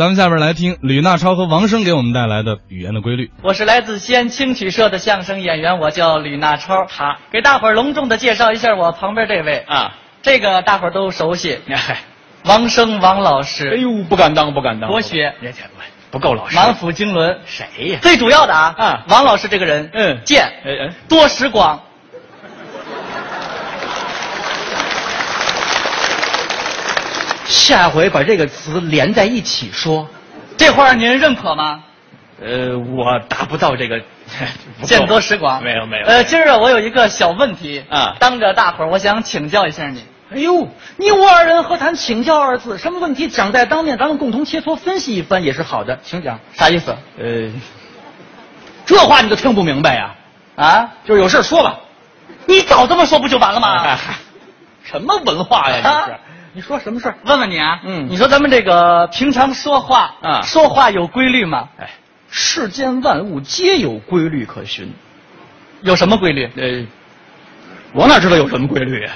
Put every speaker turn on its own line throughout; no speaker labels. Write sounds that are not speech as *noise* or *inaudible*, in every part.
咱们下边来听吕娜超和王声给我们带来的语言的规律。
我是来自西安青曲社的相声演员，我叫吕娜超。
他
给大伙儿隆重的介绍一下我旁边这位，
啊，
这个大伙儿都熟悉，
哎，
王声王老
哎
师，
呦，不敢当，不敢当，
国学
不敢当，不够老实，
满腹经纶。
谁呀？
最主要的啊，
啊
王老师这个人，
嗯
贱，
哎哎，
多识广。
下回把这个词连在一起说。
这话您认可吗？
呃，我达不到这
*laughs*
个，不够
见多识广。
没有没有。
呃，今儿啊，我有一个小问题
哎啊
当着大伙儿，我想请教一下你。
哎呦，你我二人何谈请教二字？什么问题讲在当面，咱们共同切磋分析一番也是好的。请讲，
啥意思？
呃，
这话你都听不明白呀、
啊？
就是有事儿说吧。
你早这么说不就完了
*laughs* 啊
吗？
什么文化呀？这是
啊？
你说什么事儿？
问问你啊，
嗯
你说咱们这个平常说话
啊
说话有规律吗？
哎，
世间万物皆有规律可循，
有什么规律？
呃，我哪知道有什么规律啊？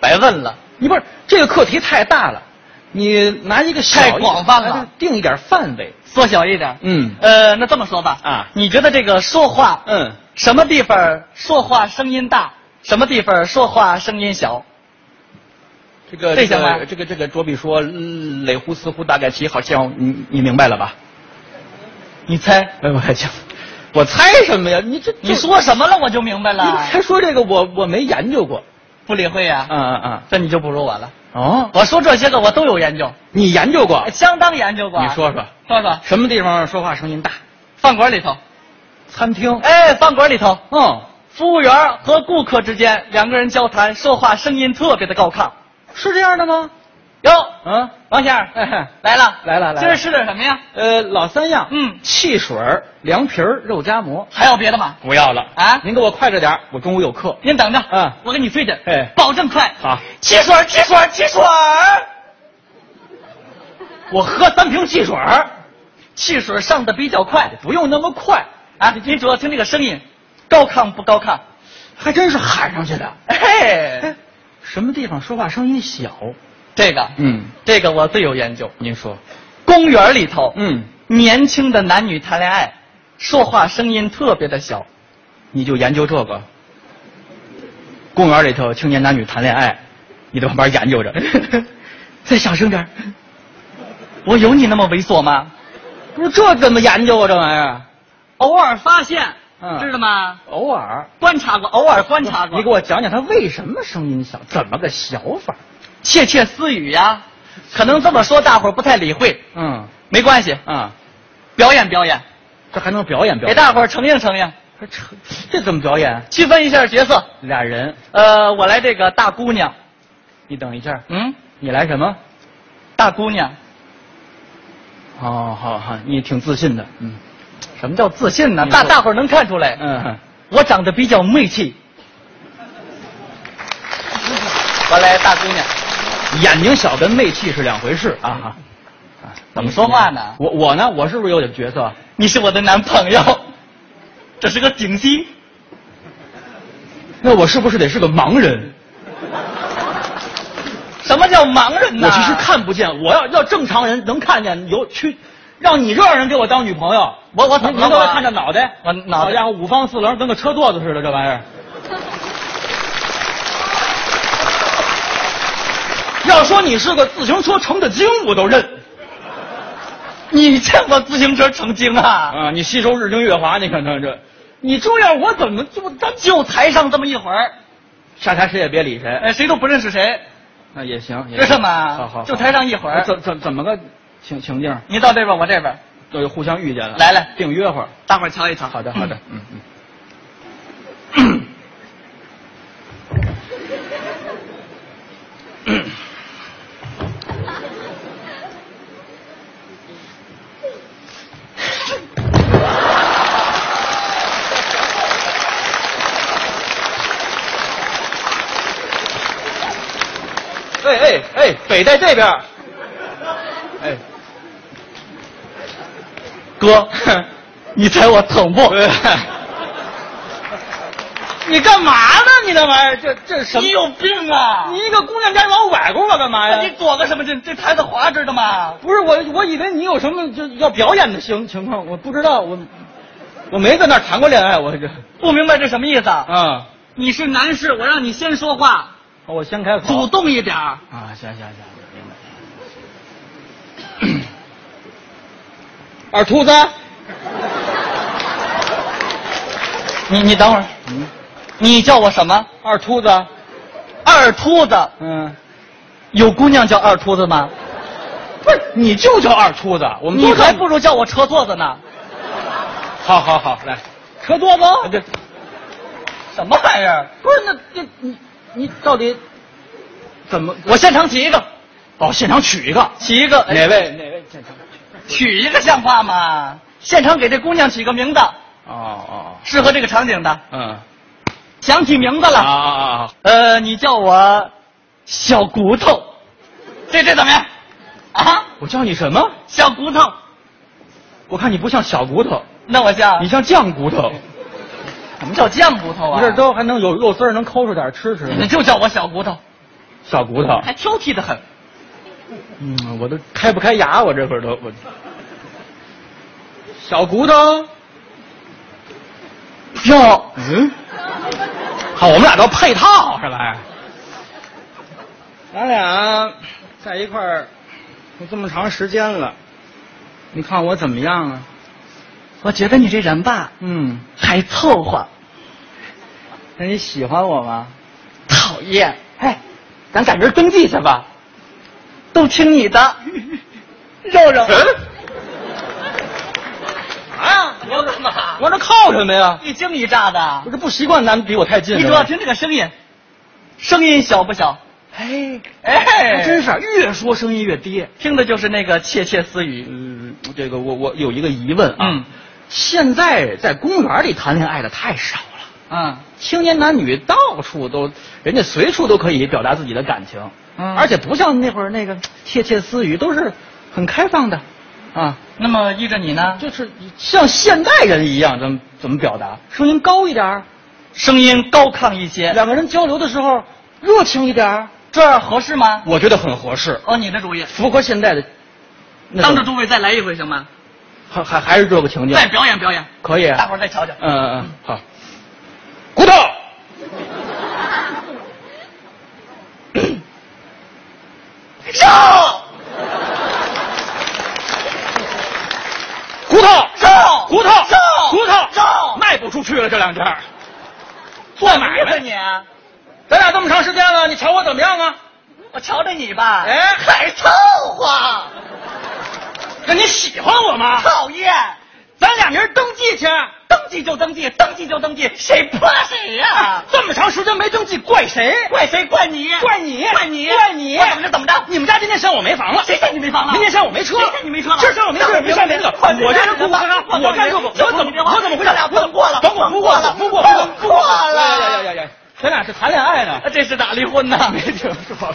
白问了。
你不是这个课题太大了，你拿一个小一哎
太广泛了，
定一点范围。
缩小一点。
嗯
呃，那这么说吧，
啊
你觉得这个说话，
嗯，
什么地方说话声音大，什么地方说话声音小？
这个
这
这
行吗
个这个这个卓比说垒乎似乎大概其好像你你明白了吧？
你猜？
哎，我还讲，
我猜什么呀？你这
你说什么了？我就明白
你
了。
还说这个我我没研究过。
不理会呀、
嗯嗯嗯，
这你就不如我了。
哦，
我说这些个我都有研究，
你研究过？
哎
相当研究过。啊
你说说，
说说，
什么地方说话声音大？
饭馆里头，
餐厅。
哎，饭馆里头，
嗯，
服务员和顾客之间两个人交谈，说话声音特别的高亢。
是这样的吗？
哟，
嗯，
王先生
哎嘿。
来了，
来了来了
今儿吃点什么呀？
*laughs* 呃，老三样，
嗯
汽水儿、凉皮儿、肉夹馍。
还有别的吗？
不要了，
啊，
您给我快着点儿，我中午有课。
您等着，
嗯
我给你推荐，
哎
保证快。
好，
汽水儿，汽水儿，汽水儿，
我喝三瓶汽水儿，
汽水儿上的比较快
不用那么快，
啊！你主要听这个声音，高亢不高亢？
还真是喊上去的。
哎，
什么地方说话声音小？
这个，
嗯，
这个我最有研究。
您说，
公园里头，
嗯，
年轻的男女谈恋爱，说话声音特别的小。
你就研究这个。公园里头青年男女谈恋爱，你在旁边研究着， *laughs* 再小声点儿。
我有你那么猥琐吗？
不是这怎么研究啊？这玩意儿，
偶尔发现，
嗯
知道吗？
偶尔。
观察过，偶尔观察过。
你给我讲讲他为什么声音小，怎么个小法儿？
窃窃私语呀、可能这么说大伙儿不太理会，
嗯
没关系，
啊，哎
表演表演，
这还能表演表
给
演？
大伙儿承应承应，
这这怎么表演？
区分一下角色。
俩人，
呃，我来这个大姑娘，
你等一下，
嗯，
你来什么？
大姑娘，
哦，好好，你挺自信的，嗯
什么叫自信呢？
你说
大大伙儿能看出来，
嗯，
我长得比较媚气。我来大姑娘，
眼睛小跟媚气是两回事啊哈。啊
怎么说话呢
我我呢，我是不是有点角色？
你是我的男朋友，这是个顶西，
那我是不是得是个盲人？
什么叫盲人呢？
我其实看不见，我要要正常人能看见，有去，让你这样人给我当女朋友，
我啊我怎么
您您
了 *laughs*
都
我
得看着脑袋，
我脑
好
袋
家伙五方四棱跟个车垛子似的，这玩意
*laughs*
儿。要说你是个自行车成的精，我都认
你见过自行车成精啊？
啊！你吸收日精月华，你看看这，你这样我怎么就咱
就台上这么一会儿，
下台谁也别理谁，
哎，谁都不认识谁，
那也行，也
知道
行
吗？
好好，
啊就台上一会儿，
怎怎怎么个情情境？
你到这边，我这边，
就互相遇见了，
来来
定约会儿。
大伙儿瞧一瞧。
好的，好的，嗯嗯。嗯哎哎哎，北在这边儿。哎， *laughs*
哥，你猜我疼不？
哎 *laughs* 你干嘛呢？你那玩意儿，这这什么？
你有病啊！
你一个姑娘该往拐过我干嘛
那
呀？
你躲个什么劲？这台子滑着的嘛。
不是啊我，我以为你有什么就要表演的情情况，我不知道，我我没在那儿谈过恋爱，我这
不明白这什么意思啊？
*laughs* 啊，
你是男士，我让你先说话，
我先开
主
口。
动一点儿。
啊，行行行，
二秃子，你你等会儿，你叫我什么？
二秃子，
二秃子？
嗯，
有姑娘叫二秃子吗？
不是，你就叫二秃子，我
你还不如叫我车座子呢。
好好好来，
车座子？哦
这
什么玩意儿？
不是那这你你到底怎么
我现场起一个，
哦？现场取一个，哎
起一个，哎
哪位哪位现场？
取一个像话吗？现场给这姑娘起个名字，
哦哦，
适合这个场景的。
嗯，
想起名字
啊
了，
啊啊！
呃，你叫我小骨头，这这怎么样？啊，
我叫你什么？
小骨头，
我看你不像小骨头，
那我叫
你像酱骨头。
什么叫酱骨头啊？
你这粥还能有肉丝儿，能抠出点儿吃吃。
你就叫我小骨头，
*laughs* 小骨头，
还挑剔的很。
嗯，我都开不开牙，我这会儿都我。小骨头，
哟，
嗯，好，我们俩都配套是吧？咱俩在一块儿都这么长时间了，你看我怎么样啊？
我觉得你这人吧，
嗯，
还凑合，
那你喜欢我吗？
讨厌，
哎，咱赶明儿登记去吧。
都听你 *laughs* 的。肉
嗯
肉，啊，你要干嘛？ *laughs*
我这靠什么呀？
一惊一乍的
我。这不习惯咱们离我太近了。
啊你主要听这个声音，声音小不小？
哎
哎，
还真是啊越说声音越低。
听的就是那个窃窃私语。
嗯，这个我我有一个疑问啊，
嗯
现在在公园里谈恋爱的太少了，
嗯，
青年男女到处都，人家随处都可以表达自己的感情，
嗯
而且不像那会儿那个窃窃私语，都是很开放的，啊，
那么依着你呢？
就是像现代人一样，怎么怎么表达，声音高一点儿，
声音高亢一些，
两个人交流的时候热情一点儿，
这样合适吗？
我觉得很合适，
哦，你的主意，
符合现在的，那
当着诸
种
位再来一回行吗？
还还还是这个情景，
再表演表演，
可以啊，
大伙儿再瞧瞧。
嗯嗯嗯，好。骨头，
肉
骨头，
肉
骨头，
肉
骨头，
肉
卖不出去了，这两天儿。
做买卖你，
咱俩这么长时间了，你瞧我怎么样啊？
我瞧着你吧，
哎
还凑合，
那你喜欢我吗？
讨厌，
咱俩明儿登记去。
登记就登记，登记就登记，谁怕谁呀、
这么长时间没登记，怪谁？
怪谁？怪你？
怪你
怪你？
怪你
我怎么着？怎么着？
你们家今天嫌我没房了，
谁嫌你没房了？
明天嫌我没车了，
谁嫌你没车了？
今儿嫌我没事，明儿嫌没这个。我这人不哈哈，我干这个，我怎么我怎么回事？
咱俩不过了，
甭管不过了，不过了，
不过
呀呀呀
了。
呀呀！咱俩是谈恋爱呢。
*laughs* 这是咋离婚呢？
没听说过。